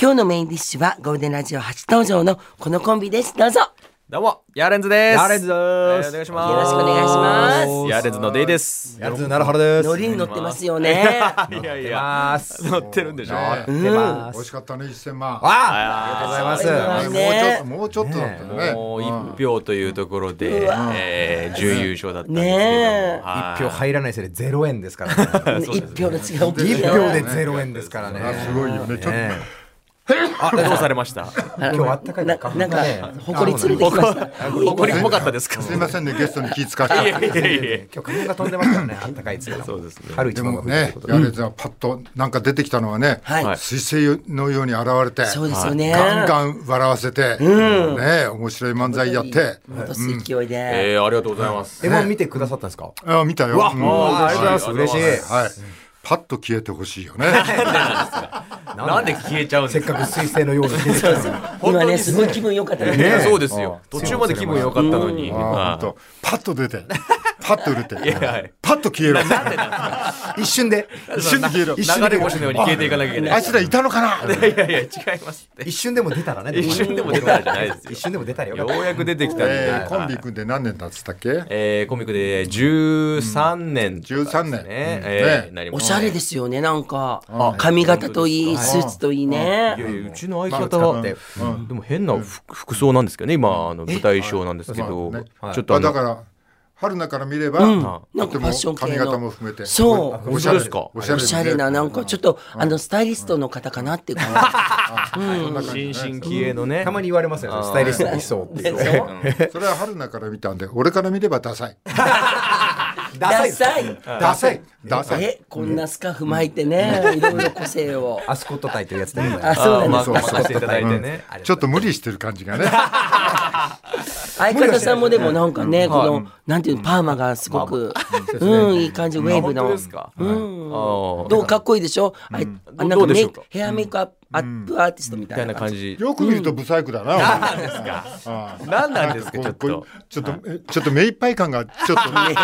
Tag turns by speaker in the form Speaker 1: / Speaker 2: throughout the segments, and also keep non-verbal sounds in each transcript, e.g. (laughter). Speaker 1: 今日のメインディッシュはゴールデンラジオ初登場のこのコンビです。どうぞ。
Speaker 2: どうも、ヤーレンズです。
Speaker 3: ヤーレンズです
Speaker 2: はいお願いします。
Speaker 1: よろしくお願いします
Speaker 2: ヤーレンズのデイです。
Speaker 3: やるずなるはるです。
Speaker 1: ノリに乗ってますよね。
Speaker 2: いやい
Speaker 3: 出
Speaker 2: や、
Speaker 3: ます。
Speaker 2: 乗ってるんでしょ。
Speaker 4: ね
Speaker 3: 出ま
Speaker 4: 美味し
Speaker 3: す。
Speaker 4: かったね1000万
Speaker 3: わあ、ありがとうございます。
Speaker 1: す
Speaker 4: ねもうちょっともうちょっとだったよね
Speaker 2: もう一票というところで、えー準優勝だったんですけども
Speaker 1: ねえ
Speaker 2: は
Speaker 3: 一票入らないせいでゼロ円ですからね。
Speaker 1: (laughs) 一票の違い大きい
Speaker 3: 一
Speaker 1: よ。
Speaker 3: 票でゼロ円ですからね。
Speaker 4: あすごいよねちょっ
Speaker 3: ね
Speaker 2: あ、どうされました。
Speaker 3: 今日あったかい
Speaker 1: な
Speaker 3: か
Speaker 1: なんか、誇りつれてきました。
Speaker 2: 誇りっぽかったですか。
Speaker 4: とすいませんねゲストに気使っちゃって
Speaker 2: いやいやいや
Speaker 3: 今日花粉が飛んでますからね。あったかいですから。
Speaker 2: そうですね
Speaker 3: 春
Speaker 4: で
Speaker 3: 一番が
Speaker 4: も
Speaker 3: 吹いてる
Speaker 4: ね
Speaker 3: ことで
Speaker 4: ヤレズはパッとなんか出てきたのはね
Speaker 1: はい
Speaker 4: 彗星のように現れて
Speaker 1: そうですよね。
Speaker 4: ガンガン笑わせてね面白い漫才やって
Speaker 1: 戻す勢いで。
Speaker 2: えー、ありがとうございます。
Speaker 3: M1 見てくださったんですか。
Speaker 4: あ見たようん
Speaker 2: も
Speaker 3: あありがとうございます嬉しい
Speaker 4: はいパッと消えてほしいよね
Speaker 2: なんで消えちゃうんで
Speaker 3: せっ
Speaker 2: す
Speaker 3: か
Speaker 2: か。
Speaker 3: く彗星のように出てきたのに。
Speaker 1: 今ね、すごい気分良かった
Speaker 2: い
Speaker 1: ね。
Speaker 2: やそうですよ。途中まで気分良かったのに。
Speaker 4: あーほん
Speaker 2: は
Speaker 4: とパッと出てパッと売れて
Speaker 2: はい
Speaker 4: パッと消えろ
Speaker 3: 一瞬で。
Speaker 4: 一瞬で消え
Speaker 2: (laughs)
Speaker 4: ろ
Speaker 2: い流れ星のように消えていかなきゃいけない。
Speaker 4: あいつらいたのかない
Speaker 2: やいや、違いますって。
Speaker 3: 一瞬でも出たらね。
Speaker 2: 一瞬でも出たらじゃないですよ
Speaker 3: 一瞬でも出たらよか
Speaker 2: よ
Speaker 3: っ
Speaker 2: うやく出てきたんで、
Speaker 4: えーコンビ組んで何年経つったっけ
Speaker 2: えーコミックで13年とかですね、
Speaker 4: 13年
Speaker 2: えー
Speaker 4: ね
Speaker 2: なりま
Speaker 1: お
Speaker 2: す
Speaker 1: しゃれですよね、なんか。髪型といい、スーツといいね
Speaker 2: い。やいやうちの相方は、
Speaker 4: まあ
Speaker 2: で
Speaker 4: うん
Speaker 2: でも変な服服装なんですけどね今あの舞台衣装なんですけど、
Speaker 4: まあね
Speaker 2: ちょっとあ
Speaker 4: あ
Speaker 2: の
Speaker 4: だから春菜から見れば、
Speaker 1: な
Speaker 4: と
Speaker 1: んか
Speaker 4: て
Speaker 1: フ
Speaker 4: も
Speaker 1: ァッション系の
Speaker 4: 髪型も含めて
Speaker 1: そう
Speaker 4: おしゃ
Speaker 2: 本当
Speaker 4: れ
Speaker 2: ですか
Speaker 4: おしゃ
Speaker 1: お
Speaker 4: れ
Speaker 1: しゃれな、なんかちょっと、あの、スタイリストの方かなっていう感
Speaker 2: 新進気鋭のね、
Speaker 3: た。たまに言われますよね。スタイリストにいそうっ
Speaker 1: じ。
Speaker 3: てい
Speaker 1: で
Speaker 3: う。
Speaker 1: しょ
Speaker 4: それは春菜から見たんで俺から見ればダサい
Speaker 3: ダ
Speaker 1: ダ
Speaker 3: サい。
Speaker 1: サい。
Speaker 3: ダサい。
Speaker 4: ダサい
Speaker 1: え、こんなスカーフ巻いてね、いろいろ個性を。
Speaker 3: アスコット隊というやつでございます
Speaker 1: あ、そうなん
Speaker 2: ま
Speaker 1: で
Speaker 2: あ
Speaker 1: すか。
Speaker 2: 任せていただいてね、
Speaker 4: ちょっと無理してる感じがね
Speaker 1: 相方さんもでもなんかね、この、なんていうの、パーマがすごく、うん、いい感じ、ウェーブ
Speaker 2: あ本
Speaker 1: の
Speaker 2: 当です。か、
Speaker 1: うん。
Speaker 2: ああ
Speaker 1: どうかっこいいでしょあいあなん
Speaker 2: ど
Speaker 1: か
Speaker 2: うで
Speaker 1: メ
Speaker 2: し
Speaker 1: イ
Speaker 2: ょうか
Speaker 1: ク、ヘアメイクアップアップアーティストみ
Speaker 2: み
Speaker 1: た
Speaker 2: たい
Speaker 1: いな
Speaker 2: な
Speaker 1: 感
Speaker 2: 感
Speaker 1: じ。
Speaker 2: じ
Speaker 4: よく見るとブサイクだな、
Speaker 2: なんですか
Speaker 4: ああ
Speaker 2: 何なんですか
Speaker 4: こ
Speaker 2: ちょ
Speaker 4: う
Speaker 2: っ
Speaker 4: こう
Speaker 2: と
Speaker 4: ちょっとえちょっと目いっぱい感が
Speaker 2: (laughs)
Speaker 4: ちょっとね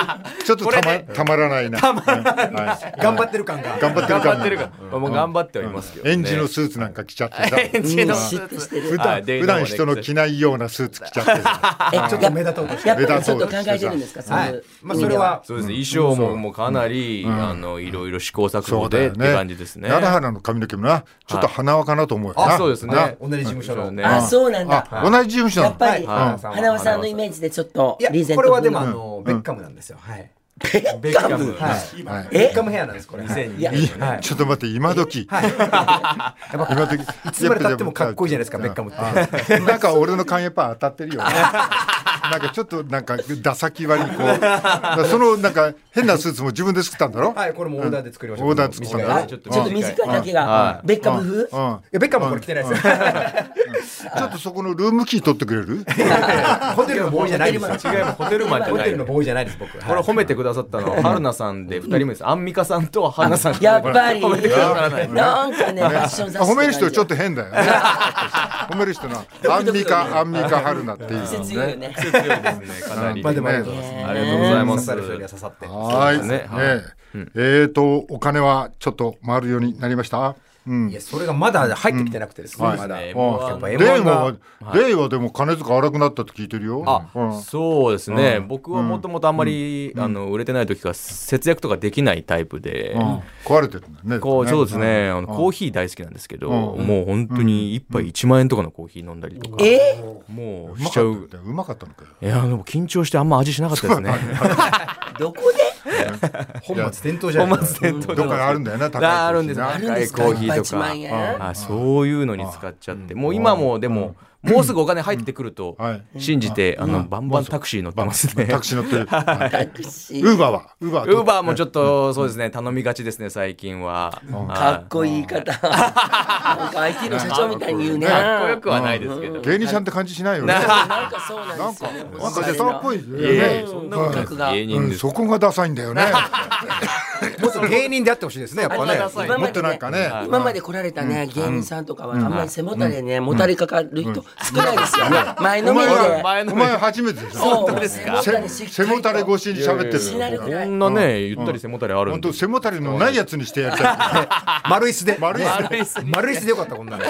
Speaker 4: ちょっとたま,、たまらないなはい
Speaker 3: 頑張ってる感が。
Speaker 4: 頑張ってる
Speaker 2: 頑
Speaker 4: 感
Speaker 2: 張ってるから、もう頑張ってはいますけど、ね、
Speaker 4: 園児のスーツなんか着ちゃってさ
Speaker 2: エンジンの
Speaker 1: シッとしてる
Speaker 4: 普段普段人の着ないようなスーツ着ちゃってさ
Speaker 1: え、や
Speaker 3: ちょっと目立とうとして
Speaker 1: やっぱりちょっと考えてるんですかそう。
Speaker 3: はいいうまあそれは
Speaker 2: そうですね、衣装ももうかなり、あのいろいろ試行錯誤でって感じですね。
Speaker 4: 奈良原の髪の毛もな、ちょっと花輪かなと思うよな。
Speaker 2: あそうですね
Speaker 4: な
Speaker 3: 同じ事務所の
Speaker 2: ね
Speaker 1: あ、そうなんだ。
Speaker 4: あ、同じ事務所な
Speaker 1: や
Speaker 4: の
Speaker 1: っ。ぱり、
Speaker 2: はい
Speaker 1: 花輪さんのイメージでちょっと
Speaker 3: いや
Speaker 1: リーゼン
Speaker 3: こ
Speaker 1: ト
Speaker 3: れはで
Speaker 1: 風
Speaker 3: もあ
Speaker 1: な
Speaker 3: のベッカムなんですよ。はい。
Speaker 2: ベッカム
Speaker 3: はい。
Speaker 4: はい
Speaker 3: ベッカムヘアなんですこれ。はい
Speaker 2: 2002
Speaker 3: いや
Speaker 4: い
Speaker 3: はい
Speaker 4: ちょっと待って、今時。今 (laughs) 時。い
Speaker 3: いつまで経ってもかっこいいじゃないですかベッカムって。
Speaker 4: なんか俺の勘やっぱ当たってるよね。なんかちょっとなんかダサき割りこうだからそのなんか変なスーツも自分で作ったんだろ
Speaker 3: はいこれもオーダーで作りました。
Speaker 4: オーダー作ったんだ
Speaker 1: あ
Speaker 4: ろ
Speaker 1: ち
Speaker 2: ち
Speaker 1: ょ
Speaker 2: ょ
Speaker 1: っ
Speaker 2: っ
Speaker 1: と
Speaker 2: と
Speaker 1: 短いだけが
Speaker 2: は、
Speaker 1: ベッカム風
Speaker 4: うんうん
Speaker 3: いやベッカムはこれ着てないですよ。
Speaker 4: ちょっとそこのルームキー取ってくれる
Speaker 3: ホテルのボーイじゃ (laughs) ないですよ。
Speaker 2: 違いますホテルマンじゃ
Speaker 3: ホ
Speaker 2: な
Speaker 3: テ
Speaker 2: い
Speaker 3: ルの
Speaker 2: こ
Speaker 3: ボーイじゃないです僕。
Speaker 2: れ
Speaker 3: はい
Speaker 2: 褒めてくださったのは春菜さんで二人目ですアンミカさんと春菜さん
Speaker 1: やっぱり、
Speaker 2: 褒めてくださらない
Speaker 1: なんかね、ファッション雑誌。
Speaker 4: 褒める人ちょっと変だよね (laughs) 褒める人な
Speaker 1: (laughs)
Speaker 4: アンミカアンミカ春菜っていう
Speaker 1: 強いよね。
Speaker 2: 強いですねかなり
Speaker 3: まあでもありがとうございます。
Speaker 2: ありがとうございま
Speaker 3: 刺
Speaker 2: す
Speaker 3: さる人には刺さって。
Speaker 4: はい。
Speaker 2: ね
Speaker 4: ね
Speaker 2: はい
Speaker 4: えーと、お金はちょっと回るようになりましたうん。
Speaker 3: いやそれがまだ入ってきてなくてですね。まだ。
Speaker 2: ね
Speaker 3: や
Speaker 2: もう
Speaker 3: っ
Speaker 4: あ
Speaker 3: ぱ
Speaker 4: あ
Speaker 3: M1
Speaker 4: レイ
Speaker 3: が
Speaker 4: も、レイはでも金塚荒くなったって聞いてるよ。うん
Speaker 2: あそうですね、僕はもともとあんまり、あの売れてない時から節約とかできないタイプで、
Speaker 4: うん壊れてるんだよね。
Speaker 2: こう
Speaker 4: ね
Speaker 2: そうですね、あのコーヒー大好きなんですけど、もう本当に一杯1万円とかのコーヒー飲んだりとか、
Speaker 1: え
Speaker 2: もう
Speaker 4: うま
Speaker 2: しち
Speaker 4: か
Speaker 2: ゃ
Speaker 4: っ
Speaker 2: う
Speaker 4: たのかようまかったのかよ。
Speaker 2: いやでも緊張してあんま味しなかったですね。
Speaker 1: どこで
Speaker 3: 本末転倒じゃないですか。
Speaker 4: どっかにあるんだよな、高いコーヒーな。
Speaker 2: ああるんです
Speaker 1: あるんですか
Speaker 2: 高いコーヒーと
Speaker 1: 一万円
Speaker 2: かあそういうのに使っちゃってもう今もでももうすぐお金入ってくると
Speaker 4: うんはい
Speaker 2: 信じてあのバンバンタクシー乗ってますね
Speaker 4: タクシー乗ってる。はい
Speaker 1: タクシ
Speaker 4: ウ
Speaker 1: ー。
Speaker 4: ーバーはウー
Speaker 2: (laughs)
Speaker 4: バー
Speaker 2: ウー
Speaker 4: は
Speaker 2: バーもちょっとそうですね頼みがちですね最近は
Speaker 1: か
Speaker 2: は
Speaker 1: っこいい言い方。なんか IT の社長みたいに言うね。
Speaker 2: いかっこよ
Speaker 1: な
Speaker 2: くはないですけど
Speaker 4: 芸人さんって感じしないよね。
Speaker 1: んかそうなん
Speaker 4: なん
Speaker 1: です
Speaker 4: か、
Speaker 1: よね。
Speaker 4: なんかジャっぽいよ
Speaker 2: いやい
Speaker 4: ね
Speaker 2: や。そんな
Speaker 1: 感覚が。
Speaker 2: 芸
Speaker 4: う
Speaker 2: 人
Speaker 4: ん、
Speaker 2: です
Speaker 4: (laughs) そこがダサいんだよね。
Speaker 3: もうそう芸人であってほしいですねやっぱ
Speaker 2: あり
Speaker 3: ね
Speaker 2: がとうござい
Speaker 1: 今
Speaker 4: も
Speaker 1: ま
Speaker 4: っ
Speaker 1: で
Speaker 4: となんか
Speaker 1: ね
Speaker 4: ね、
Speaker 1: 今まで来られたね芸人さんとかはあんまり背もたれねもたれかかる人少ないですよ前の
Speaker 4: お
Speaker 1: めり
Speaker 4: 前
Speaker 1: で
Speaker 4: は
Speaker 2: 前の
Speaker 4: お
Speaker 2: めり
Speaker 4: 前は初めてでしょ
Speaker 1: そう
Speaker 4: 背背もたれ越しに喋って
Speaker 1: しなる
Speaker 4: る
Speaker 1: ぐら
Speaker 2: こ
Speaker 1: い
Speaker 2: んなね、ゆったり背もたれある
Speaker 4: 本
Speaker 2: んで
Speaker 4: 当背もたれのないやつにしてやりたい
Speaker 3: 丸椅子で
Speaker 4: 丸いっすね
Speaker 2: 丸いっすね
Speaker 3: 丸椅子でよかったこん (laughs) なの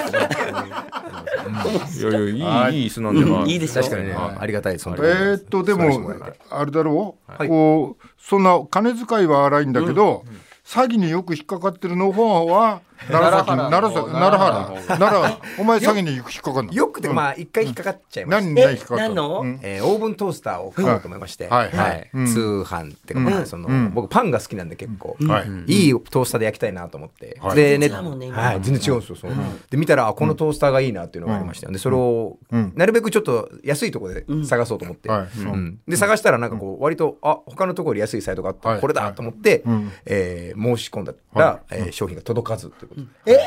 Speaker 2: いやいや、
Speaker 4: はいい
Speaker 2: い、いい椅子なんで。はい
Speaker 1: いいでしょ
Speaker 3: 確かにね
Speaker 2: はい
Speaker 3: ありがたいその
Speaker 4: (laughs) えーっとでもあれだろう、こうそんな金遣いは荒いんだけど、詐欺によく引っかかってるの方は奈良崎奈良崎奈良原奈良お前詐欺に引っかかんの
Speaker 3: よくてまあ一回引っかかっちゃいました
Speaker 4: 何に引っ
Speaker 1: え
Speaker 4: かかった
Speaker 1: 何の
Speaker 3: えーオーブントースターを買おうと思いまして、
Speaker 4: は
Speaker 3: はいい
Speaker 4: はいうん
Speaker 3: 通販っていうか、まあその僕パンが好きなんで結構、
Speaker 4: はい
Speaker 3: うんいいトースターで焼きたいなと思って、
Speaker 4: はい
Speaker 3: でね
Speaker 1: 全然違うもんね今
Speaker 3: はい、全然違うんですよ、そうで見たらあこのトースターがいいなっていうのがありましたでそれを、
Speaker 4: ん
Speaker 3: なるべくちょっと安いところで探そうと思って、
Speaker 4: うんはい
Speaker 3: うんで探したらなんかこう割とあ他のところより安いサイトがあった、
Speaker 4: はい
Speaker 3: これだと思って、
Speaker 4: ん
Speaker 3: えー申し込んだら、
Speaker 4: は
Speaker 3: えー商品が届かずっていうことで、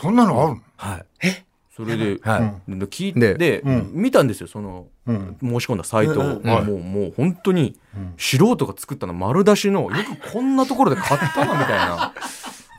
Speaker 4: そんなのあるの
Speaker 3: はい
Speaker 2: それで、
Speaker 3: は
Speaker 2: で聞い
Speaker 3: で
Speaker 2: て、
Speaker 4: ん
Speaker 2: 見たんですよ、その、
Speaker 4: うん
Speaker 2: 申し込んだサイトを、
Speaker 1: うんうん
Speaker 2: もう、もう本当に、素人が作ったの丸出しの、よくこんなところで買ったな、みたいな。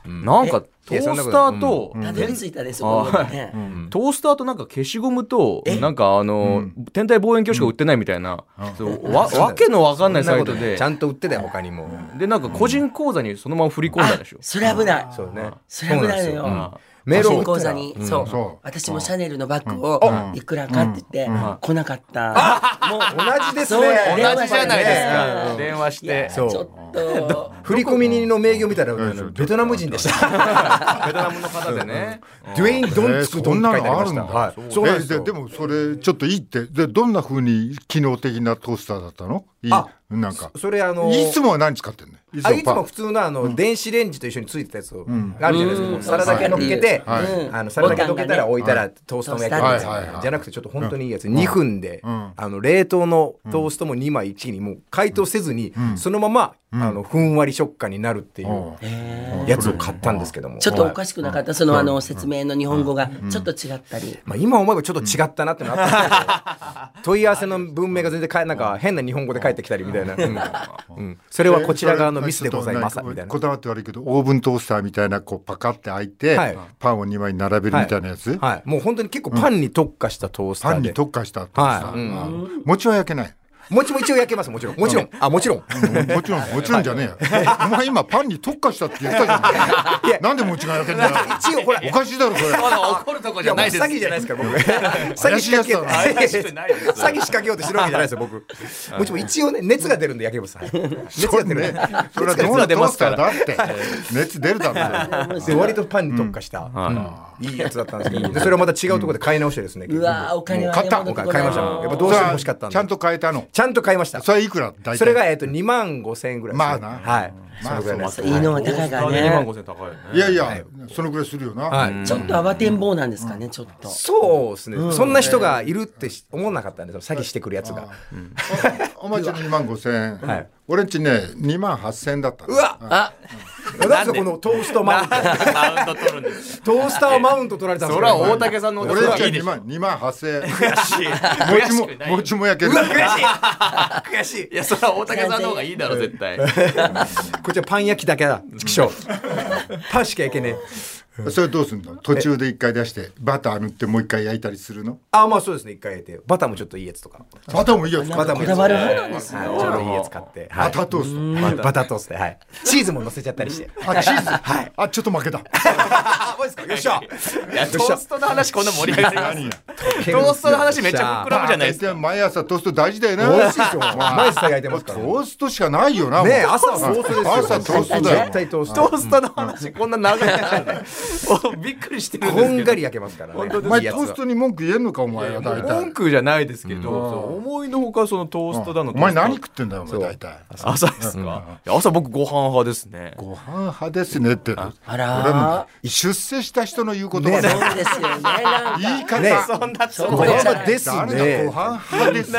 Speaker 2: なんか、ト
Speaker 3: いやそ
Speaker 2: ー
Speaker 3: んなこ
Speaker 2: ス
Speaker 3: と
Speaker 2: ターと、
Speaker 1: たどり着いたねそこにはね
Speaker 2: トースターとなんか消しゴムと、なんかあの、天体望遠鏡しか売ってないみたいな、そうわ、わけのわかんないサイト
Speaker 3: そんなこと
Speaker 2: で
Speaker 3: ち、ゃんと売ってたよ他にも、
Speaker 2: で、なんか個人口座にそのまま振り込んだでしょ。
Speaker 1: それ危ない
Speaker 3: そうね
Speaker 1: それ危ないの
Speaker 3: そうなんです
Speaker 1: よ
Speaker 3: メールを送ったら
Speaker 1: 口座にそう
Speaker 4: そう
Speaker 1: 私もシャネルのバッグをいくらかって言って来なかったもう
Speaker 3: 同じです
Speaker 1: そう
Speaker 3: ね
Speaker 1: 同じじゃないですか
Speaker 2: うん電話し
Speaker 1: いや
Speaker 2: て。
Speaker 1: ちょっと
Speaker 3: 振り込み人の名義を見たら、あのベトナム人でした。
Speaker 2: ベトナムの方でね。
Speaker 3: デュエイ (laughs) ン・ドンツクドンって書いてありました。
Speaker 4: えー
Speaker 3: はい
Speaker 4: そんなのあるんだ
Speaker 3: そうなんです
Speaker 4: え
Speaker 3: よ。
Speaker 4: ーででもそれちょっといいってでどんな風に機能的なトースターだったのいい
Speaker 3: あ
Speaker 4: なんか
Speaker 3: それあの
Speaker 4: いつもは何使ってんのい
Speaker 3: あいつ
Speaker 4: パン
Speaker 3: も普通のあの電子レンジと一緒についてたやつをあるじゃないですか。サラダ系乗っけて、
Speaker 4: はい
Speaker 1: うん
Speaker 3: あのサラダ系乗っけたら
Speaker 1: ボ
Speaker 3: 置いたらトーストも焼けるやつ
Speaker 4: はいはいはい
Speaker 3: じゃなくてちょっと本当にいいやつ。2分で
Speaker 4: ん
Speaker 3: あの冷凍のトーストも2枚一気にもう解凍せずにそのままあのふんわり食感になるっていう
Speaker 4: うん
Speaker 3: やつを買ったんですけども。
Speaker 1: ちょっとお
Speaker 3: はい
Speaker 1: かしくなかったそのあの説明の日本語がちょっと違ったり
Speaker 3: まあ、今思えばちょっと違ったなってのあったんですけど (laughs) 問い合わせの文明が全然かえなんか変な日本語で返ってきたりみたいな、うんうんそれはこちら側のミスでございます
Speaker 4: えーそれ
Speaker 3: みたいな
Speaker 4: こだわって悪いけどオーブントースターみたいなこうパカって開いて、
Speaker 3: はい
Speaker 4: パンを2枚並べるみたいなやつ、
Speaker 3: はい、もう本当に結構パンに特化したトースタ
Speaker 4: パ
Speaker 3: ー
Speaker 4: ン
Speaker 3: で
Speaker 4: に特化したトースター、
Speaker 3: はいうん
Speaker 4: 餅は焼けない
Speaker 3: 餅も一応焼けますもちろんもちろんあもちろん
Speaker 4: うんもちろんもちろんじゃねえよ、
Speaker 3: (laughs)
Speaker 4: お前今パンに特化したって言ったじゃん
Speaker 3: いや
Speaker 4: なんで餅が焼けんだよ
Speaker 3: 一応ほら
Speaker 4: おかしいだろそれ
Speaker 2: 怒るとこ
Speaker 3: いやもう詐欺じゃないですから僕詐欺仕掛けよう
Speaker 2: 怪しくないですよ
Speaker 3: 詐欺仕掛けようとしてるわけじゃないですよ僕もちろん一応ね熱が出るんで焼けます、はい、熱が出るね
Speaker 4: それはどんなトースターだって熱出るだろ
Speaker 3: で割とパンに特化した、うんいいやつだったんですけど、でそれをまた違うところで買い直してですね、
Speaker 1: うわーお金はね
Speaker 4: 買った
Speaker 1: 戻
Speaker 3: お
Speaker 1: ってこな
Speaker 3: 金
Speaker 1: い
Speaker 3: 買いましたやっぱどうしても欲しかったんで
Speaker 4: それはちゃんと変えたの
Speaker 3: ちゃんと買いました
Speaker 4: それいくら大体
Speaker 3: それがえっと2万5千円ぐらいです
Speaker 4: まあな
Speaker 3: はい
Speaker 4: ま
Speaker 3: そ
Speaker 4: あ
Speaker 3: のぐらいです
Speaker 1: いいのは高いから
Speaker 2: 2万
Speaker 1: ね
Speaker 2: 5000高いよね。
Speaker 4: いやいやそのぐらいするよな、
Speaker 3: はい
Speaker 1: ちょっと慌てんぼうなんですかねちょっと
Speaker 3: そうですね、そんな人がいるってし思わなかったんですよ詐欺してくるやつが
Speaker 4: お前ちの2万5千円、
Speaker 3: はい
Speaker 4: 俺んちね2万8千円だったの
Speaker 3: うわ
Speaker 1: あ
Speaker 3: なんでこのトーストマウント
Speaker 2: マウント取るんですよ。
Speaker 3: トースターマウント取られたんです
Speaker 2: そ
Speaker 3: よ
Speaker 2: れは大竹さんのお手
Speaker 4: 俺ん
Speaker 2: 伝
Speaker 4: ち
Speaker 2: い
Speaker 4: は
Speaker 2: い
Speaker 4: い
Speaker 2: で
Speaker 4: 2
Speaker 2: しょ。
Speaker 4: 万2万8千円
Speaker 2: 悔しい。悔
Speaker 4: 餅
Speaker 2: し
Speaker 4: も
Speaker 2: くない。
Speaker 4: 餅も焼ける
Speaker 3: 悔しい
Speaker 2: いや、それは大竹さんの方がいいだろ、絶対。
Speaker 3: こっちはパン焼きだけだちく (laughs) しょうパンしかいけねえ
Speaker 4: それどうすんの途中で一回出してバター塗ってもう一回焼いたりするの
Speaker 3: あまあそうですね一回焼いてバターもちょっといいやつとか
Speaker 4: バターもいいやつ
Speaker 1: なん
Speaker 3: バタ
Speaker 1: か
Speaker 3: ーも
Speaker 1: こ
Speaker 3: いいや
Speaker 1: だ
Speaker 3: つ
Speaker 1: わる方なんです
Speaker 3: はい
Speaker 1: よ
Speaker 3: ちょっといいやつ買っては
Speaker 4: バ
Speaker 3: い
Speaker 4: タートースト、
Speaker 3: ババタートーストではいチーズも乗せちゃったりして
Speaker 4: あチーズ、あちょっと負けた
Speaker 3: あマジですかよっしゃ
Speaker 2: い (laughs) や、トーストの話こんな盛り上がります。トーストの話めっちゃ膨らむじゃないですか。
Speaker 4: か毎朝トースト大事だよね
Speaker 3: 美味しいですよ毎朝焼いてます
Speaker 4: ト
Speaker 3: から
Speaker 4: ーストしかないよな
Speaker 3: ねえ
Speaker 4: もう
Speaker 3: 朝はトーストですよ
Speaker 4: 朝トーストだよ
Speaker 3: 絶対トース
Speaker 2: ト
Speaker 3: ト
Speaker 2: ーストの話こんな長いなんだ。おびっくりしてるんで
Speaker 3: こ
Speaker 2: すけど。
Speaker 3: んがり焼けますからね
Speaker 2: 本当
Speaker 4: お
Speaker 2: です
Speaker 4: 前
Speaker 3: いい
Speaker 4: ト
Speaker 3: やつ
Speaker 4: ー
Speaker 3: は
Speaker 4: ストに文句言えんのかお前は大体
Speaker 2: 文句じゃないですけど、そう思いのほかそのトーストだの、
Speaker 4: お前何
Speaker 2: トー
Speaker 4: 食ってんだよお前大体
Speaker 2: スト朝ですか、いや朝僕ご飯派ですね
Speaker 4: ご飯派ですねってあ
Speaker 1: あら
Speaker 4: 出世した人の言う言葉だよ
Speaker 1: そうですよねなんか
Speaker 4: 言い
Speaker 2: (laughs)
Speaker 4: 方、
Speaker 3: ね
Speaker 2: そんなそ
Speaker 1: こ
Speaker 2: こ
Speaker 3: ご
Speaker 1: で
Speaker 2: で
Speaker 3: 飯派です
Speaker 4: 誰だご
Speaker 3: ね
Speaker 4: 飯派です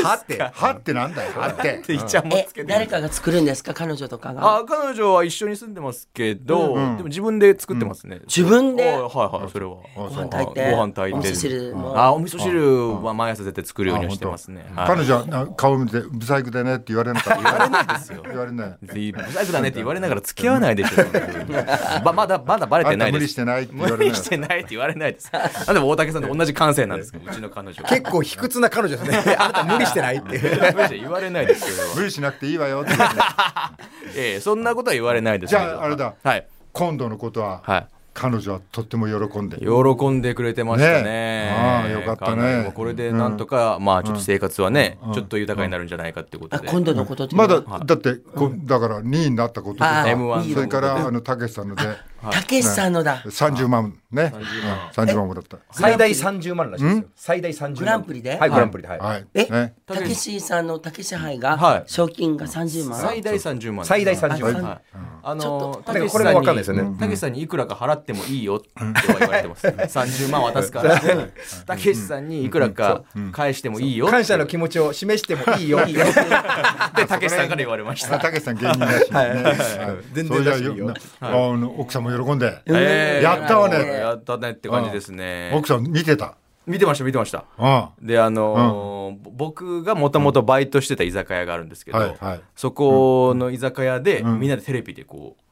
Speaker 4: よ
Speaker 3: はって
Speaker 4: はってなんだよはって
Speaker 2: イチャモン
Speaker 1: え
Speaker 2: つけて
Speaker 1: 誰かが作るんですか彼女とかが
Speaker 2: あ彼女は一緒に住んでますけど、でも自分で作ってますすね
Speaker 1: 自分で
Speaker 2: はいはいはいそれは
Speaker 1: ご飯炊いて
Speaker 2: ご飯炊いて
Speaker 1: お味噌汁も
Speaker 2: あお味噌汁は毎朝絶対作るようにはしてますねはい
Speaker 4: 彼女はな顔見て不細工だねって言われなかった。言われないです
Speaker 2: よ
Speaker 4: 言われない。
Speaker 2: で不細工だねって言われながら付き合わないでしょ。 (laughs) ままだまだバレ
Speaker 4: あ
Speaker 2: て
Speaker 4: ん
Speaker 2: な
Speaker 4: た
Speaker 2: い
Speaker 4: 無
Speaker 2: で
Speaker 4: 理し
Speaker 2: す。
Speaker 4: てないって言われ
Speaker 2: 無
Speaker 4: ない。
Speaker 2: 理してないって言われないです。なんでも大竹さんと同じ感性なんですけど、うちの彼女は。
Speaker 3: 結構卑屈な彼女です (laughs) ねあなた無理してないっていう
Speaker 2: 無理して言われないですけど。
Speaker 4: 無理しなくていいわよって言われない。
Speaker 2: ええそんなことは言われないですけど。
Speaker 4: じゃああれだ
Speaker 2: はい
Speaker 4: 今度のことは、
Speaker 2: はい。
Speaker 4: 彼女はとっても喜んで。
Speaker 2: 喜んでくれてましたね。
Speaker 4: ねああよかったね
Speaker 2: 彼女もこれでなんとか、まあちょっと生活はね、ちょっと豊かになるんじゃないかってこと
Speaker 1: あ
Speaker 2: で。
Speaker 1: 今度のことっていう
Speaker 4: ま
Speaker 1: の
Speaker 4: だ
Speaker 1: は
Speaker 4: だってこだから2位になったことと
Speaker 1: あ
Speaker 4: か、
Speaker 1: ー
Speaker 2: M1
Speaker 4: それからあのたけしさんので
Speaker 1: たけしさんのだ
Speaker 4: 30万ね、うん30万もらった。
Speaker 3: (laughs) 最大30万らしいですよ最大30万
Speaker 1: グランプリで
Speaker 3: はいグランプリでは
Speaker 4: はいい。
Speaker 1: え
Speaker 4: ね。
Speaker 1: たけしさんのたけし杯
Speaker 2: はい
Speaker 1: が賞金が30万
Speaker 2: 最大30万。
Speaker 3: 最大30
Speaker 1: は
Speaker 3: 万
Speaker 1: い
Speaker 2: はい。あ
Speaker 1: ちょっ
Speaker 2: の
Speaker 1: と
Speaker 2: たけし
Speaker 3: これ
Speaker 2: さん
Speaker 3: がわかんない
Speaker 2: に
Speaker 3: ですよね
Speaker 2: たけしさんにいくらか払ってもいいよっては言われてます。30万 (laughs) 渡すから、たけしさんにいくらか返してもいいよって。
Speaker 3: 感謝の気持ちを示してもいいよ
Speaker 1: いいよって
Speaker 2: でたけしさんから言われま
Speaker 4: (laughs)
Speaker 2: した。
Speaker 4: あたけしさん芸人だしね。はい
Speaker 3: 全然
Speaker 4: それじゃ
Speaker 3: 出していいよ
Speaker 4: なあの奥さんも喜んで。
Speaker 2: えー
Speaker 4: やったわね
Speaker 2: やったねって感じですね。
Speaker 4: 奥さん見てた。
Speaker 2: 見てました見てました。
Speaker 4: うん。は
Speaker 2: であのーぼ僕がもともとバイトしてた居酒屋があるんですけ
Speaker 4: い
Speaker 2: ど、
Speaker 4: はい。
Speaker 2: そこの居酒屋で、みんなでテレビでこう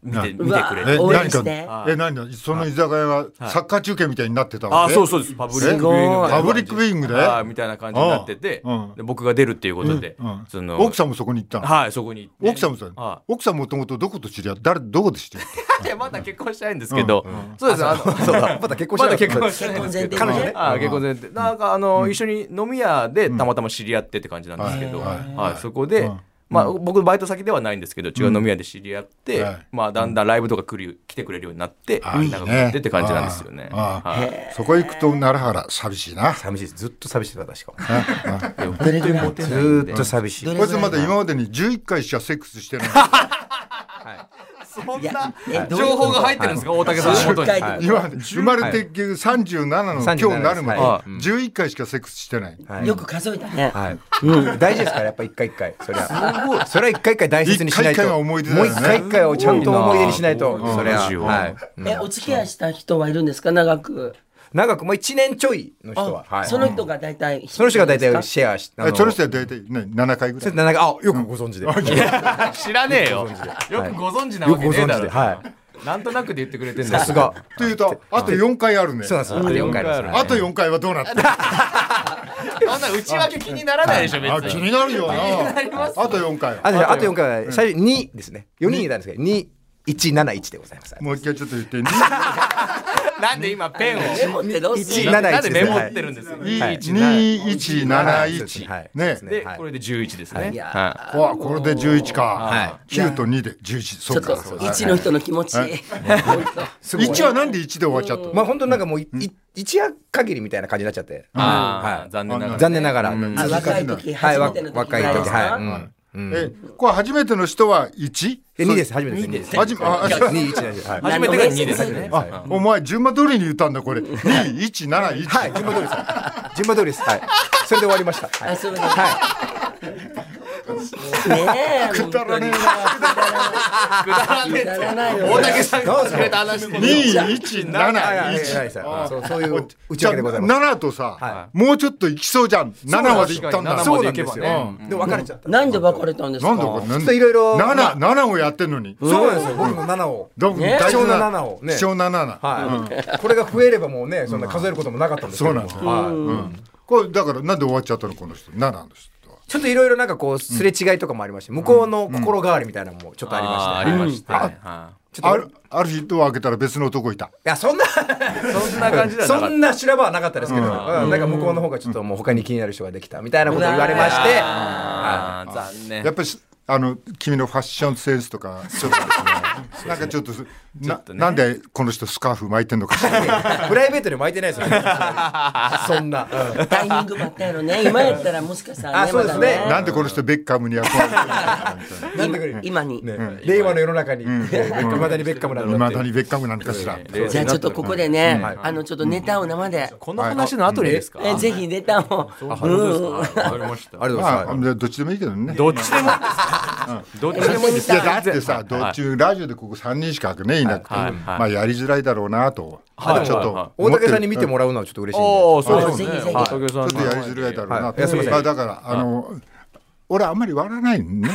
Speaker 2: 見て,、
Speaker 4: うん
Speaker 2: 見てくれて
Speaker 4: え
Speaker 1: うわ応援し
Speaker 4: 何
Speaker 1: て
Speaker 4: かえ何だその居酒屋がサッカー中継みたいになってたわ
Speaker 2: あ
Speaker 4: け。
Speaker 2: そうそうですパブリックビューイングみたいな感じ
Speaker 4: パブリックビューイングで
Speaker 2: はいみたいな感じになってて、
Speaker 4: うん
Speaker 2: で僕が出るっていうことで、
Speaker 4: うん
Speaker 2: その
Speaker 4: 奥さんもそこに行ったの。
Speaker 2: はいそこに行って
Speaker 4: 奥さんもそう
Speaker 2: は。
Speaker 4: 奥さんもともとどこと知り合い誰どこで知り合った。
Speaker 2: いいやまだ結婚してないんですけど、そうですあのそうだ
Speaker 3: まだ結婚して
Speaker 2: ま
Speaker 3: な
Speaker 2: だ
Speaker 3: い
Speaker 2: 結婚してないんですけど
Speaker 1: 結婚前提ね
Speaker 2: ああ結婚前提なんかあの、一緒に飲み屋でたまたま知り合ってって感じなんですけど、
Speaker 4: うん
Speaker 2: は
Speaker 4: はいい
Speaker 2: そこで、
Speaker 4: うん
Speaker 2: まあ、僕のバイト先ではないんですけど違う飲み屋で知り合って、
Speaker 4: はい
Speaker 2: まあ、だんだんライブとか来る来てくれるようになって
Speaker 4: ああいいね
Speaker 2: 仲良くなってって感じなんですよね。
Speaker 4: ああ
Speaker 2: はい
Speaker 4: そこへ行くと奈良原寂しいな。
Speaker 3: 寂しいですずっと寂しい方しかも
Speaker 2: で本当にモテないん
Speaker 3: ず
Speaker 2: で
Speaker 3: っと寂しい
Speaker 1: どれ
Speaker 4: こいつまだ今までに11回しかセックスしてない
Speaker 2: そん
Speaker 1: いや
Speaker 2: な
Speaker 1: えどういう
Speaker 2: 情報が入ってるんですか大竹さんの元に。
Speaker 1: 10回
Speaker 4: 今まで生まれて37の今日になるまで
Speaker 2: は
Speaker 4: 11回しかセックスしてない
Speaker 1: よく数えたね
Speaker 3: はい大事ですからやっぱ一回一回そりゃそれは一回一回大切にしないと
Speaker 4: 一回一回が思い出だ
Speaker 3: も
Speaker 4: よ
Speaker 3: う
Speaker 4: ね
Speaker 3: 一回一回をちゃんと思い出にしないと
Speaker 2: すごいな
Speaker 3: それは
Speaker 2: うん
Speaker 3: はい
Speaker 1: えお付き合いした人はいるんですか長く
Speaker 3: 長くもう一年ちょいの人ははい
Speaker 1: その人が大体
Speaker 3: その人が大体
Speaker 1: 知
Speaker 3: シェアしあ
Speaker 4: えその人は大体ね7回ぐらい
Speaker 3: なんかあよくご存知で
Speaker 2: 知らねえよ。よくご存知なわけねえだろ。
Speaker 3: よくご存知では
Speaker 2: なんとなくで言ってくれてんだよ
Speaker 3: さすが
Speaker 4: というとあと4回あるね
Speaker 3: そうなんですよあと四回です
Speaker 2: うん
Speaker 4: あと4回はどうなった (laughs)
Speaker 2: そんな内訳気にならないでしょ、別
Speaker 4: あ気になるよなあと4回
Speaker 3: あ
Speaker 4: は
Speaker 3: とあと4回は最初2ですね4人いたんですけど2171でございます
Speaker 4: もう一回ちょっと言って (laughs)
Speaker 2: なんで今ペンを。
Speaker 1: ってどうす
Speaker 3: 一
Speaker 1: る
Speaker 3: 七
Speaker 2: なんでメモってるんですか。
Speaker 3: はい
Speaker 4: 2171ね
Speaker 2: で、これで十一ですね。は
Speaker 4: わこれで11か
Speaker 3: は
Speaker 4: 9と2で11
Speaker 1: ちょ
Speaker 4: そう
Speaker 1: っ
Speaker 4: か
Speaker 1: と
Speaker 4: そう
Speaker 1: 一の人の気持ち
Speaker 4: 1はなんで1で終わっちゃった
Speaker 3: ま
Speaker 4: の
Speaker 3: あ本当なんかもういい一夜限りみたいな感じになっちゃって
Speaker 2: い。あ
Speaker 3: は
Speaker 2: あ、
Speaker 3: い
Speaker 2: 残念ながら。
Speaker 3: 残念ながら
Speaker 1: あ若い時初めての時ぐ
Speaker 3: 若い
Speaker 1: らいで
Speaker 3: 時
Speaker 1: す
Speaker 3: はい
Speaker 1: か
Speaker 3: うん
Speaker 4: えこれ初めての人は 1?
Speaker 3: え2です初めてです2です
Speaker 4: はじめああ
Speaker 3: 2 1ですはい
Speaker 2: 初めてが二ですね。
Speaker 4: あお前順番通りに言ったんだこれ2171
Speaker 3: はい、順番通りです。順番通りです。はい。それで終わりました。は
Speaker 1: あ
Speaker 3: い。
Speaker 1: そうです
Speaker 3: は
Speaker 1: ねえ
Speaker 4: くだらねえな
Speaker 2: くだらねえって
Speaker 1: くだらないよ
Speaker 2: 大竹さんがくれた話で。
Speaker 3: い。
Speaker 4: 2171
Speaker 3: はい。そう、そういう内
Speaker 4: じゃあ
Speaker 3: 訳でございます。
Speaker 4: 7とさもうちょっと行きそうじゃん7まで行ったんだ
Speaker 2: そう
Speaker 3: そう
Speaker 2: な
Speaker 3: なんん
Speaker 2: で
Speaker 3: ですす
Speaker 2: よ
Speaker 3: よ
Speaker 2: ね。
Speaker 3: でも別れちゃった。
Speaker 1: なんで別れたんです
Speaker 4: な
Speaker 1: か
Speaker 4: んだこれなん
Speaker 3: ちょっといろいろ
Speaker 4: 77をやってんのに
Speaker 3: そうなんですよ。僕も7を。
Speaker 4: だ
Speaker 1: ね
Speaker 4: 大
Speaker 3: 貴
Speaker 4: 事
Speaker 3: 重な7をね
Speaker 4: 貴重な7
Speaker 3: はい。これが増えればもうね、そんな数えることもなかったんですけ
Speaker 4: そう
Speaker 3: ど
Speaker 4: なん
Speaker 3: も。
Speaker 4: ですようんこれだからなんで終わっちゃったのこの人7の人は
Speaker 3: ちょっといろいろなんかこう、すれ違いとかもありまして、向こうの心変わりみたいなのもちょっとあり
Speaker 2: あ
Speaker 3: ま
Speaker 2: あ
Speaker 3: して
Speaker 2: り
Speaker 3: はい。い
Speaker 2: ましたね。はい
Speaker 4: あるある日ドア開けたら別の男いた
Speaker 3: や、そんな、
Speaker 2: そんな感じだ
Speaker 3: そん
Speaker 2: な。
Speaker 3: な修羅場はなかったですけど、うんなんか向こうの方がちょっともう他に気になる人ができたみたいなことを言われまして、は
Speaker 2: ああ、残念
Speaker 4: やっ。ぱりしあの君のファッションセンスとかちょっとですねなんかちょっとななんでこの人スカーフ巻いてんのかしら
Speaker 3: いプライベートで巻いてないですよね。そんな。うん
Speaker 1: タイミングばっかやろね今やったらもしかしたら
Speaker 3: あ
Speaker 1: ね
Speaker 3: そうですね
Speaker 4: なんでこの人ベッカムに憧れてるのかみたい
Speaker 1: まだね今に
Speaker 3: ね令和の世の中に、いまだにベッカムなんだ
Speaker 4: な
Speaker 3: っ
Speaker 4: 未
Speaker 3: て
Speaker 4: だにベッカムなんかしら
Speaker 1: じ
Speaker 2: 冷
Speaker 1: ゃ
Speaker 2: 静
Speaker 1: あち
Speaker 2: にな
Speaker 1: ょ
Speaker 2: っ
Speaker 1: ったとここでねあのちょっとネタを生で
Speaker 2: この話の後にですか。
Speaker 1: えぜひネタを
Speaker 2: あ本当ですかはいわかりました。
Speaker 3: ありがとうござい
Speaker 4: ま
Speaker 3: ま
Speaker 4: あ
Speaker 3: す。
Speaker 4: どっちでもいいけどね
Speaker 2: どっちでもいいですか。どっちでもいいです
Speaker 4: いやだってさどっちラジオでここ3人しかねいなくて、
Speaker 2: はいはいはい
Speaker 4: まあやりづらいだろうなと、
Speaker 2: はい
Speaker 4: ちょっ
Speaker 2: はいはい
Speaker 4: と
Speaker 5: 大竹さんに見て
Speaker 4: も
Speaker 5: もらうのはちょっと嬉しいんで
Speaker 2: おお、そうです
Speaker 1: あ
Speaker 2: ね
Speaker 1: ぜひぜ。ひ
Speaker 2: はい武井さ
Speaker 4: ちょ
Speaker 2: ん
Speaker 4: っとやりづらいだろうな
Speaker 5: はいい
Speaker 4: と、
Speaker 5: やすいません
Speaker 4: まあだからあの、俺あんまり笑わないん
Speaker 2: (laughs)
Speaker 4: ね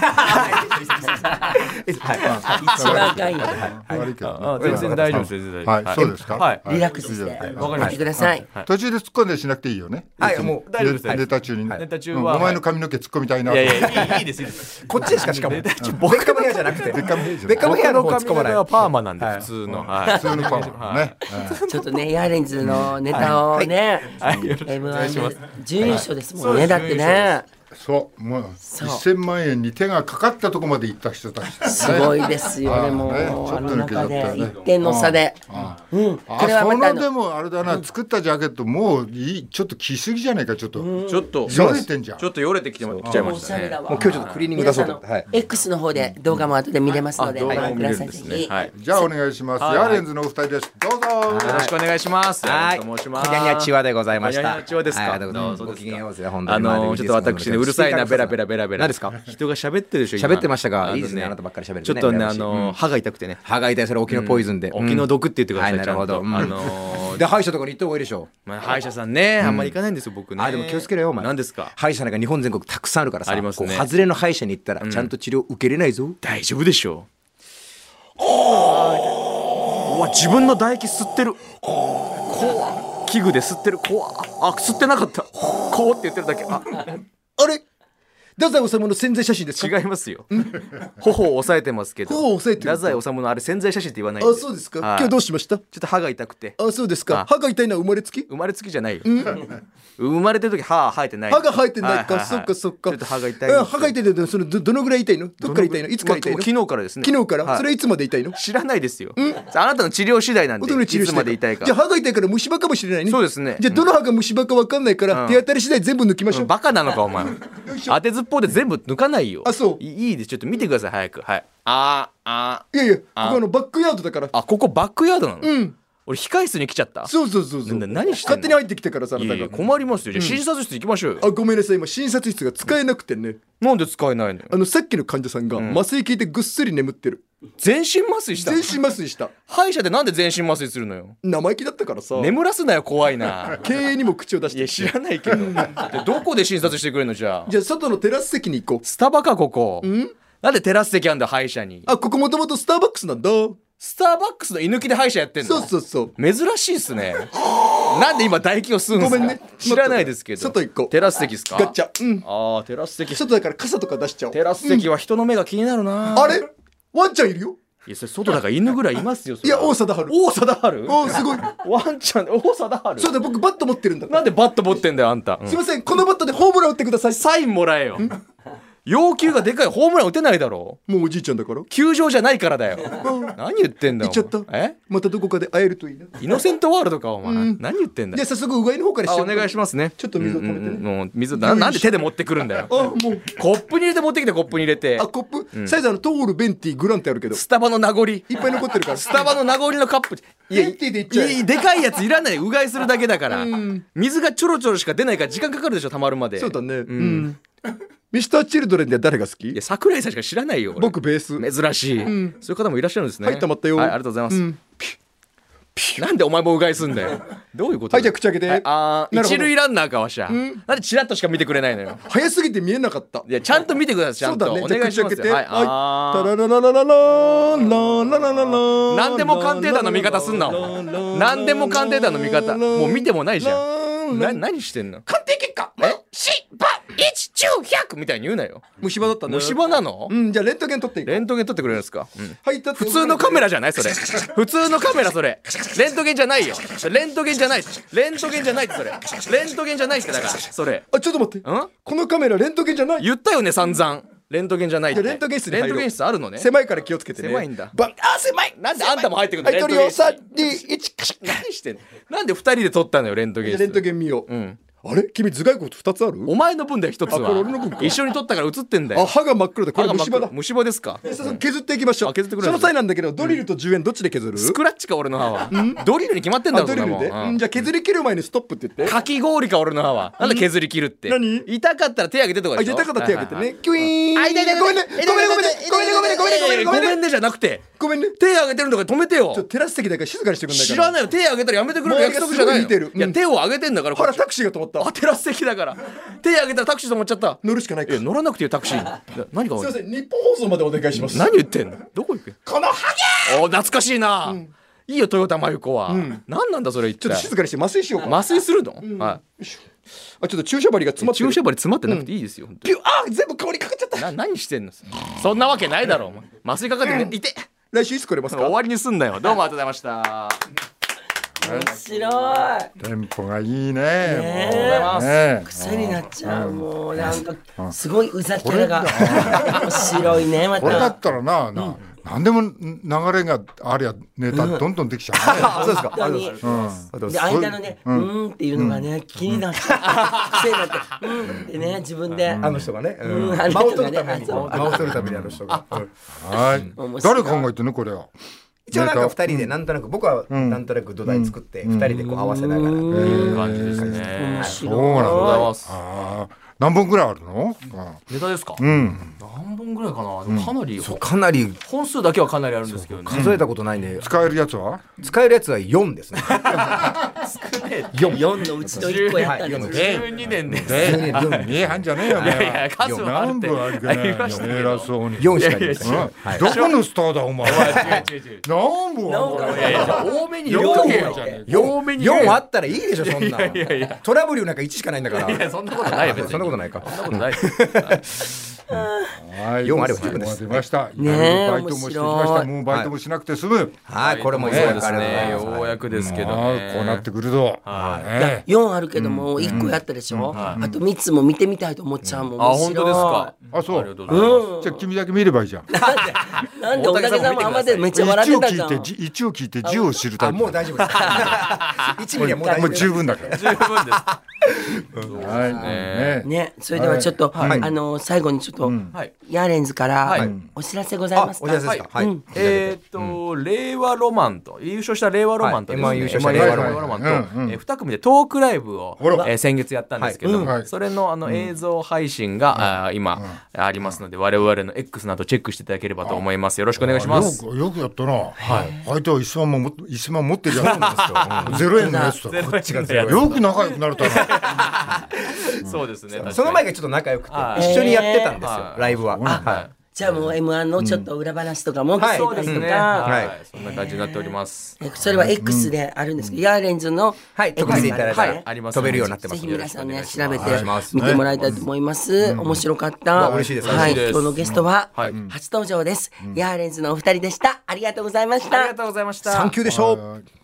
Speaker 1: 一番かいな
Speaker 4: 悪いけどね、
Speaker 2: あ全然大丈夫です全然
Speaker 4: は
Speaker 2: 大
Speaker 4: い
Speaker 2: 丈夫
Speaker 4: そうですか
Speaker 2: はい
Speaker 4: はい
Speaker 1: リラックスして
Speaker 4: はい
Speaker 2: わかり
Speaker 1: や
Speaker 2: ま
Speaker 1: っ
Speaker 2: してた
Speaker 1: ください
Speaker 4: 途中で突っ込んでしなくていいよね
Speaker 5: はい
Speaker 4: 別に
Speaker 5: もう
Speaker 2: 大丈夫です
Speaker 4: ネネタ中にね、
Speaker 2: ネタ中は
Speaker 4: うん
Speaker 2: はい
Speaker 4: お前の髪の毛突っ込みたいなと
Speaker 2: いやい
Speaker 4: 思って
Speaker 2: やいいいいですいいです。
Speaker 5: こっちしかしかもベッカムヘアじゃなくてベッカムヘアの
Speaker 2: の
Speaker 5: 方突
Speaker 2: 髪
Speaker 5: っ込ま
Speaker 2: 型
Speaker 5: ない
Speaker 2: はパーマなんで普通のはい。
Speaker 4: 普通のパンもね、
Speaker 1: ちょっとねヤーレンズのネタをね
Speaker 2: はいよろしくお願いしま
Speaker 1: M1
Speaker 2: す
Speaker 1: で。準優勝ですもんねだってね
Speaker 4: そうもう
Speaker 1: そう
Speaker 4: 1000万円に手がかかったとこまで行った人たちだよね
Speaker 2: (laughs)
Speaker 1: すごいですよね
Speaker 4: あ
Speaker 1: もう
Speaker 4: ねちょ
Speaker 1: あ
Speaker 4: っ
Speaker 1: の
Speaker 4: と抜けちゃ
Speaker 1: 中
Speaker 4: った
Speaker 1: で
Speaker 4: よね
Speaker 1: 一点の差でうんこ
Speaker 4: あ
Speaker 1: れは
Speaker 4: そ
Speaker 1: またあ
Speaker 4: ので
Speaker 1: の
Speaker 4: もあれだな、作ったジャケットもういいちょっと着すぎじゃないかちょっと、
Speaker 2: ちょっと
Speaker 4: よれてんじゃん
Speaker 2: ちょっとよれてきても来ちゃいま
Speaker 1: お
Speaker 2: し
Speaker 1: したゃれ
Speaker 2: ね
Speaker 1: だ。わ
Speaker 5: もう今日ちょっとクリーニング出そうと思って、
Speaker 1: 皆さ
Speaker 5: はい
Speaker 1: んの X の方で動画も後で見れますので
Speaker 2: 動
Speaker 1: ご
Speaker 2: 画
Speaker 1: 覧
Speaker 2: も
Speaker 1: く
Speaker 2: 見
Speaker 1: だ
Speaker 2: れるん
Speaker 1: さい
Speaker 2: です
Speaker 1: ぜ
Speaker 2: ね。
Speaker 1: ひ
Speaker 2: はい。よ
Speaker 4: じゃあお願いします、
Speaker 2: はい
Speaker 4: ヤーレンズのお二人ですどうぞ、
Speaker 2: ろしくお願いします。
Speaker 5: はい
Speaker 2: 山本と申します。
Speaker 5: こにゃにゃちわでございました。
Speaker 2: こにゃにゃちわですか
Speaker 5: はいありがとうございます
Speaker 2: どうぞ
Speaker 5: ご機嫌ようぜ、本当に。
Speaker 2: あのちょっと私ねうるさいなベラベラベラベラ。
Speaker 5: 何ですか
Speaker 2: 人が喋ってるでしょ。今
Speaker 5: 喋ってましたが
Speaker 2: あの
Speaker 5: いいですねあなたばっかり喋る
Speaker 2: ち
Speaker 5: と
Speaker 2: ょっ
Speaker 5: ね
Speaker 2: とね
Speaker 5: 羨ま
Speaker 2: あ
Speaker 5: しい
Speaker 2: の歯が痛くてね。
Speaker 5: 歯が痛い、それ沖のポイズンで。
Speaker 2: お気の毒って言ってください。
Speaker 5: はい、なるほど。
Speaker 2: ち
Speaker 5: う
Speaker 2: ゃんと
Speaker 5: ん
Speaker 2: あのー
Speaker 5: で、歯医者とかに行った方がいいでしょ
Speaker 2: まあ歯医者さんねあんまり行かないんですよ僕
Speaker 5: う。
Speaker 2: ね。
Speaker 5: あ、でも気をつけろよ、お前。
Speaker 2: 何ですか。
Speaker 5: 歯医者なんか日本全国たくさんあるからさ。
Speaker 2: ありますね
Speaker 5: こう外れの歯医者に行ったら、ちゃんと治療受けれないぞ。
Speaker 2: 大丈夫でしょうおわ自分の唾液吸ってる怖っ器具で吸ってる怖っあ吸ってなかったこうって言ってるだけあ
Speaker 5: あれ太宰治の宣材写真です
Speaker 2: 違いますよ頬を押さえてますけど
Speaker 5: 頬を押さえてる
Speaker 2: 太宰治のあれ宣材写真って言わないんはい
Speaker 5: どうしました
Speaker 2: ちょっと歯が痛くて
Speaker 5: あ、そうです
Speaker 2: あ
Speaker 5: 歯が痛いのは生まれつき
Speaker 2: 生まれつきじゃないよ生まれてる時歯生えてないはははちょっと歯が痛い
Speaker 5: うん痛いんだけどそのどどのぐらい痛いのどっ
Speaker 2: まあ昨日からですねはい
Speaker 5: いつまで痛いの
Speaker 2: 知らないですよあなたの治療次第なんで
Speaker 5: どの治療
Speaker 2: いつ
Speaker 5: し
Speaker 2: まで痛いか
Speaker 5: じゃあ歯が痛いから虫歯かもしれないね
Speaker 2: そうですね
Speaker 5: じゃあどの歯が虫歯か分かんないか
Speaker 2: う
Speaker 5: ら、
Speaker 2: ん
Speaker 5: 手当たり次第全部抜きましょう、
Speaker 2: バカなのかお前当てずっぽうで全部抜かないよ
Speaker 5: あそう
Speaker 2: いいいですちょっと見てください早くはいあーあ
Speaker 5: いやいやここ
Speaker 2: あ
Speaker 5: あのバックヤードだから
Speaker 2: ーあここバックヤードなの
Speaker 5: うん
Speaker 2: 俺控室に来ちゃった
Speaker 5: そうそうそうそう
Speaker 2: な何してんの
Speaker 5: 勝手に入ってきたからさあないた
Speaker 2: や
Speaker 5: が
Speaker 2: いや困りますよじゃあ診察室行きましょうよ
Speaker 5: あごめんなさい今診察室が使えなくてね
Speaker 2: なんで使えないのよ
Speaker 5: あのさっきの患者さんが麻酔効いてぐっすり眠ってる、
Speaker 2: 全身麻酔したの
Speaker 5: 全身麻酔した
Speaker 2: 歯医者でなんで全身麻酔するのよ
Speaker 5: 生意気だったからさ、
Speaker 2: 眠らすなよ怖いな
Speaker 5: 経営にも口を出し
Speaker 2: (laughs) いや
Speaker 5: て
Speaker 2: 知らないけど (laughs) でどこで診察してくれるのじゃあ
Speaker 5: じゃあ外のテラス席に行こう
Speaker 2: スタバかここなんでテラス席あんだ歯医者に
Speaker 5: あここもともとスターバックスなんだそ
Speaker 2: スターバックスの居抜きで歯医者やってんの
Speaker 5: うそうそう
Speaker 2: 珍しいっすね。なんで今唾液を吸うんすか
Speaker 5: ごめんね
Speaker 2: 知らないですけど。
Speaker 5: 外行こう
Speaker 2: テラス席っすか
Speaker 5: ガチャうん
Speaker 2: ああ、テラス席。
Speaker 5: 外だから傘とか出しちゃおう
Speaker 2: テラス席は人の目が気になるな。
Speaker 5: あれワンちゃんいるよ
Speaker 2: いや、それ外だから犬ぐらいいますよ。そ
Speaker 5: い
Speaker 2: れ
Speaker 5: や王貞治
Speaker 2: 王貞治
Speaker 5: おーすごい
Speaker 2: ワンちゃん、王貞
Speaker 5: そう
Speaker 2: 治
Speaker 5: だ僕バット持ってるんだ
Speaker 2: なんでバット持ってんだよ、あんた。
Speaker 5: すいませんこのバットでホームラン打ってください
Speaker 2: サインもらえよ。要求がでかい。ホームラン打てないだろ。
Speaker 5: もうおじいちゃんだから
Speaker 2: 球場じゃないからだよ。何言ってんだよ。
Speaker 5: 行っちゃった
Speaker 2: え
Speaker 5: またどこかで会えるといいなじ
Speaker 2: イノセントワールドか、お前。何言ってんだ
Speaker 5: ゃあ
Speaker 2: よ。
Speaker 5: 早速うがいの方から
Speaker 2: あ
Speaker 5: て
Speaker 2: お願いしますね。
Speaker 5: ちょっと水を止め
Speaker 2: う
Speaker 5: てね
Speaker 2: んうんうんもう水な、なんで手で持ってくるんだよ。
Speaker 5: あもう
Speaker 2: コップに入れて持ってきてコップに入れて
Speaker 5: あコップ、サイズあのトールベンティグランってあるけどい
Speaker 2: スタバの名残ス
Speaker 5: っぱい残ってるからス
Speaker 2: タバの名残のカップいや
Speaker 5: ベンティでいっちゃえ
Speaker 2: いいでかいやついらないうがいするだけだから水がちょろちょろしか出ないから時間かかるでしょたまるまで
Speaker 5: そうだねうん、
Speaker 2: ん
Speaker 5: ミスターチルドレンでは誰が好
Speaker 2: い
Speaker 5: き
Speaker 2: や桜井さんしか知らないよ俺
Speaker 5: 僕ベース
Speaker 2: 珍しい、そういう方もいらっしゃるんですね
Speaker 5: はい溜まったよ
Speaker 2: はいありがとうございます、
Speaker 5: うん
Speaker 2: ピュなんでお前もうがいすんだよどういうこと
Speaker 5: はいじゃあ口開けて
Speaker 2: はいあー
Speaker 5: なるほど
Speaker 2: 一塁ランナーかわしゃ、なんでチラッとしか見てくれないのよ
Speaker 5: 早すぎて見えなかった
Speaker 2: いやちゃんと見てくださいちゃ
Speaker 5: そうん
Speaker 2: と、
Speaker 5: だね
Speaker 2: お
Speaker 5: じゃあ
Speaker 2: 願い
Speaker 5: 口
Speaker 2: し
Speaker 5: 開
Speaker 2: ま
Speaker 5: け
Speaker 2: す
Speaker 5: て
Speaker 2: よ
Speaker 5: はい
Speaker 2: あー
Speaker 5: タララララララーンラララララーン
Speaker 2: 何でも鑑定団の味方すんなお前何でも鑑定団の味方もう見てもないじゃんな何してんの鑑定結果えしば一中百みたいに言うなよ
Speaker 5: 虫歯だったね
Speaker 2: 虫歯なの
Speaker 5: うんじゃあレントゲン撮っていい
Speaker 2: レントゲン撮ってくれるんですか、うん
Speaker 5: はい立って
Speaker 2: 普通のカメラじゃないそれ普通のカメラそれレントゲンじゃないよレントゲンじゃないレントゲンじゃないってそれレントゲンじゃないってだからそれ
Speaker 5: あちょっと待って
Speaker 2: ん
Speaker 5: このカメラレントゲンじゃない
Speaker 2: 言ったよね散々レントゲンじゃないって
Speaker 5: いやレントゲン室に入
Speaker 2: レ
Speaker 5: ろ
Speaker 2: ン
Speaker 5: う
Speaker 2: トゲン室あるのね
Speaker 5: 狭いから気をつけてね
Speaker 2: 狭いんだ
Speaker 5: バンあ狭い
Speaker 2: なんであんたも入ってくる
Speaker 5: は
Speaker 2: の
Speaker 5: い
Speaker 2: レン
Speaker 5: 撮
Speaker 2: ト
Speaker 5: る
Speaker 2: ゲ
Speaker 5: よ
Speaker 2: ン室
Speaker 5: 321カシャ
Speaker 2: 何してんのなんで二人で撮ったのよレントゲン
Speaker 5: じゃ
Speaker 2: 室
Speaker 5: あレントゲン見よう、
Speaker 2: ん
Speaker 5: あれ君頭蓋骨2つある
Speaker 2: お前の分だよ一つ
Speaker 5: あこれ俺
Speaker 2: は
Speaker 5: の分か
Speaker 2: 一緒に取ったから映ってんだ
Speaker 5: あ
Speaker 2: よ
Speaker 5: 歯が真っ黒でこれ
Speaker 2: 歯が真っ
Speaker 5: 虫歯
Speaker 2: 黒
Speaker 5: だ
Speaker 2: 虫歯ですか
Speaker 5: で早速削っていきましょう
Speaker 2: あ削ってくれ
Speaker 5: そ
Speaker 2: る
Speaker 5: の際なんだけどドリルと10円どっちで削る
Speaker 2: スクラッチか俺の歯はドリルに決まってんだ
Speaker 5: あ
Speaker 2: ろ
Speaker 5: ド
Speaker 2: そん
Speaker 5: リ
Speaker 2: なもん
Speaker 5: ルで、うん
Speaker 2: うん
Speaker 5: じゃあ削り切る前にストップって言って
Speaker 2: かき氷か俺の歯はなんで削り切るって
Speaker 5: 何
Speaker 2: 痛かったら手挙げてとか
Speaker 5: あ
Speaker 2: でし
Speaker 5: 痛
Speaker 2: ょ
Speaker 5: かったら手挙げて
Speaker 2: はいはい
Speaker 5: ねキュイーン
Speaker 2: あ痛い痛い
Speaker 5: ごめんねごめんねごめんねごめんねごめんね
Speaker 2: ごめ
Speaker 5: ごめんねごめんね
Speaker 2: んねじゃなくて
Speaker 5: ごめんね
Speaker 2: 手挙げてるんだから止めてよ
Speaker 5: ちょテラス席だから静かにしてくんないか
Speaker 2: 知らないよ手挙げたらやめてくれる約束じゃないよ
Speaker 5: 周りがすごい見てる
Speaker 2: いや
Speaker 5: うん
Speaker 2: 手を挙げてんだから
Speaker 5: ほらタ
Speaker 2: シ
Speaker 5: クシーが止まった
Speaker 2: ーあテラス席だから手挙げたらタクシー止まっちゃった
Speaker 5: 乗るしかないか
Speaker 2: いや乗らなくていいよタクシーな何が
Speaker 5: すいません日本放送までお願いします
Speaker 2: 何言ってんのどこ行く
Speaker 5: このハ
Speaker 2: お懐かしいな、いいよ豊田真由子は、
Speaker 5: ん
Speaker 2: 何なんだそれ一
Speaker 5: ゲちょ
Speaker 2: 体
Speaker 5: っと静かにして麻酔しようか
Speaker 2: 麻酔するの、は
Speaker 5: あちょっと注射針が詰ま
Speaker 2: い
Speaker 5: ってる
Speaker 2: 注射針詰まってなくていいですよ、本当に
Speaker 5: ピュあ全部顔にかかっちゃった
Speaker 2: な何してんのそんなわけないだろうお前麻酔かかってていて
Speaker 5: 来週いつ来れますか
Speaker 2: 終わりにすんなよどうもありがとうございました
Speaker 1: 面白い
Speaker 4: テンポがいいね。
Speaker 1: ね
Speaker 4: もう
Speaker 1: え
Speaker 4: ね
Speaker 1: 癖になっちゃうもうなんかすごいうざキャラが面白いねま
Speaker 4: これだ
Speaker 1: た
Speaker 4: ったらな、な、なんでも流れがありゃネタどんどんできちゃ
Speaker 3: あそうですか。
Speaker 1: 本当に
Speaker 2: (laughs)
Speaker 4: う
Speaker 1: で間のね「うーん」っていうのがね気になって癖になって「うん」ってね自分で
Speaker 3: あの人がね、うん
Speaker 1: うんあの人がね
Speaker 3: 間を取るために、
Speaker 1: そう
Speaker 3: 間を取るためにあの人が。うん
Speaker 4: ね。はい
Speaker 1: 面。白
Speaker 4: 誰
Speaker 1: い
Speaker 4: 考えてんのこれは。
Speaker 3: 一応なんか二人でなんとなく僕はなんとなく土台作って二人でこう合わせながら。
Speaker 2: いい感じですね
Speaker 1: 面
Speaker 4: そうなん
Speaker 1: 白い
Speaker 4: だ。
Speaker 2: ます
Speaker 4: ああ、何本ぐらいあるの？
Speaker 2: ネタですか、
Speaker 4: うんうん。
Speaker 2: 何本ぐらいかなでもかなり、
Speaker 3: そうかなり
Speaker 2: 本数だけはかなりあるんですけどね
Speaker 3: 数えたことないんで、
Speaker 4: 使えるやつは？
Speaker 3: 使えるやつは四 (laughs) ですね。
Speaker 1: 4のうちの1個やったんですね
Speaker 2: 12年です、
Speaker 4: え見えはんじゃねえよ。
Speaker 2: (laughs) いやいや数はある
Speaker 4: 何
Speaker 2: って
Speaker 4: 本あるか
Speaker 2: ありま
Speaker 4: ね
Speaker 2: したけど
Speaker 4: 偉そうに。
Speaker 3: 四しかいないです。
Speaker 4: うんどこのスターだお前。
Speaker 2: (laughs) 違う違う違う
Speaker 4: 何
Speaker 1: なんか
Speaker 4: 本ある？
Speaker 2: いやいやじゃあ多めに言っとけよ多めに言え
Speaker 3: 四
Speaker 2: よ
Speaker 3: あったらいいでしょそんな。トラブルなんか一しかないんだから。
Speaker 2: いやそんなことないよ別に
Speaker 3: そんなことないか。
Speaker 2: そんなことないです
Speaker 4: はい。
Speaker 3: 四あれば十分です
Speaker 4: 出ました。
Speaker 1: ねえ
Speaker 4: バイトもしてきまし
Speaker 1: 面白
Speaker 4: た。
Speaker 1: い
Speaker 4: もうバイトもしなくて済む。
Speaker 3: はい、これも
Speaker 2: そう
Speaker 3: いいや
Speaker 2: です
Speaker 3: から
Speaker 2: ね
Speaker 3: ね。
Speaker 2: ようやくですけど
Speaker 4: あ
Speaker 2: ね
Speaker 4: あこうなってくるぞ。ねえ
Speaker 1: 4あるけども1個やったでしょあと3つも見てみたいと思っちゃうもん
Speaker 2: あ
Speaker 1: 面白
Speaker 2: 本
Speaker 1: い
Speaker 2: 当ですか
Speaker 4: あそ
Speaker 2: ありがとう
Speaker 4: う。
Speaker 2: ございます
Speaker 4: じゃあ君だけ見ればいいじゃん。
Speaker 1: なんでおたけさんもあんまでめっちゃ笑っ
Speaker 4: 一
Speaker 1: て
Speaker 4: を
Speaker 1: たじゃ
Speaker 4: 聞い
Speaker 1: ん
Speaker 4: てじ一を聞いて十を知るタ
Speaker 3: あ
Speaker 4: イプ。
Speaker 3: もう大丈夫
Speaker 2: (laughs)
Speaker 3: です。一ミリはもう大丈夫
Speaker 4: もう
Speaker 3: です
Speaker 4: 十。分だから。
Speaker 2: 十分です
Speaker 4: はい。ねえ
Speaker 1: ね、それではちょっと、
Speaker 3: い
Speaker 1: あの最後にちょっと、
Speaker 2: はい
Speaker 1: ヤーレンズから、
Speaker 2: はい
Speaker 1: お知らせござい
Speaker 3: あ
Speaker 1: ます、か。
Speaker 3: お知らせですか。はい。
Speaker 2: えーっと、令和ロマンと、優勝した令和ロマンとですね、
Speaker 3: はい M1 優勝した
Speaker 2: M1
Speaker 3: 令和
Speaker 4: ロマン
Speaker 2: 令和ロマンと、
Speaker 4: うんうん
Speaker 2: えー二組でトークライブを、え
Speaker 4: ほら
Speaker 2: ー先月やったんですけども、
Speaker 4: はいうん
Speaker 2: それのあの映像配信が、あー今、ありますので、我々の X などチェックしていただければと思います。よろしくお願いします。
Speaker 4: よくよくやったな。相手は一万もも一万持ってるじゃん。 (laughs) ゼロ円のやつとか。
Speaker 2: こっちがゼ
Speaker 4: よく仲良くなれたな。
Speaker 2: (laughs) そうですね。
Speaker 3: その前
Speaker 2: が、
Speaker 3: がちょっと仲良くて
Speaker 2: は、い
Speaker 3: 一緒にやってたんですよ
Speaker 2: は、い
Speaker 3: ライブは。
Speaker 2: は
Speaker 3: はい
Speaker 1: じゃあもう M1 のちょっと裏話とかも聞
Speaker 3: はい
Speaker 1: て
Speaker 3: い
Speaker 1: い
Speaker 2: そう
Speaker 1: たり
Speaker 2: です
Speaker 1: と
Speaker 2: ね。
Speaker 1: か、
Speaker 2: は
Speaker 3: はいい。
Speaker 2: そんな感じになっております。
Speaker 1: えそれは X であるんですけど、ヤーレンズの
Speaker 3: はい
Speaker 1: え
Speaker 3: 直接いただいた
Speaker 1: は
Speaker 3: ら
Speaker 1: い
Speaker 2: あります
Speaker 3: 飛べるようになってま
Speaker 1: ぜ
Speaker 3: す
Speaker 1: ひ
Speaker 3: んで。
Speaker 1: 皆さんね調べて
Speaker 3: お願いします
Speaker 1: 見てもらいたいと思います、面白かった、
Speaker 3: 嬉しいです
Speaker 1: はい、
Speaker 2: 嬉しいです
Speaker 1: 今日のゲストは、
Speaker 2: はい
Speaker 1: 初登場です、ヤーレンズのお二人でしたありがとうございまし
Speaker 2: あ
Speaker 1: た
Speaker 2: りがとうございました。
Speaker 3: サンキューでしょう。
Speaker 4: はい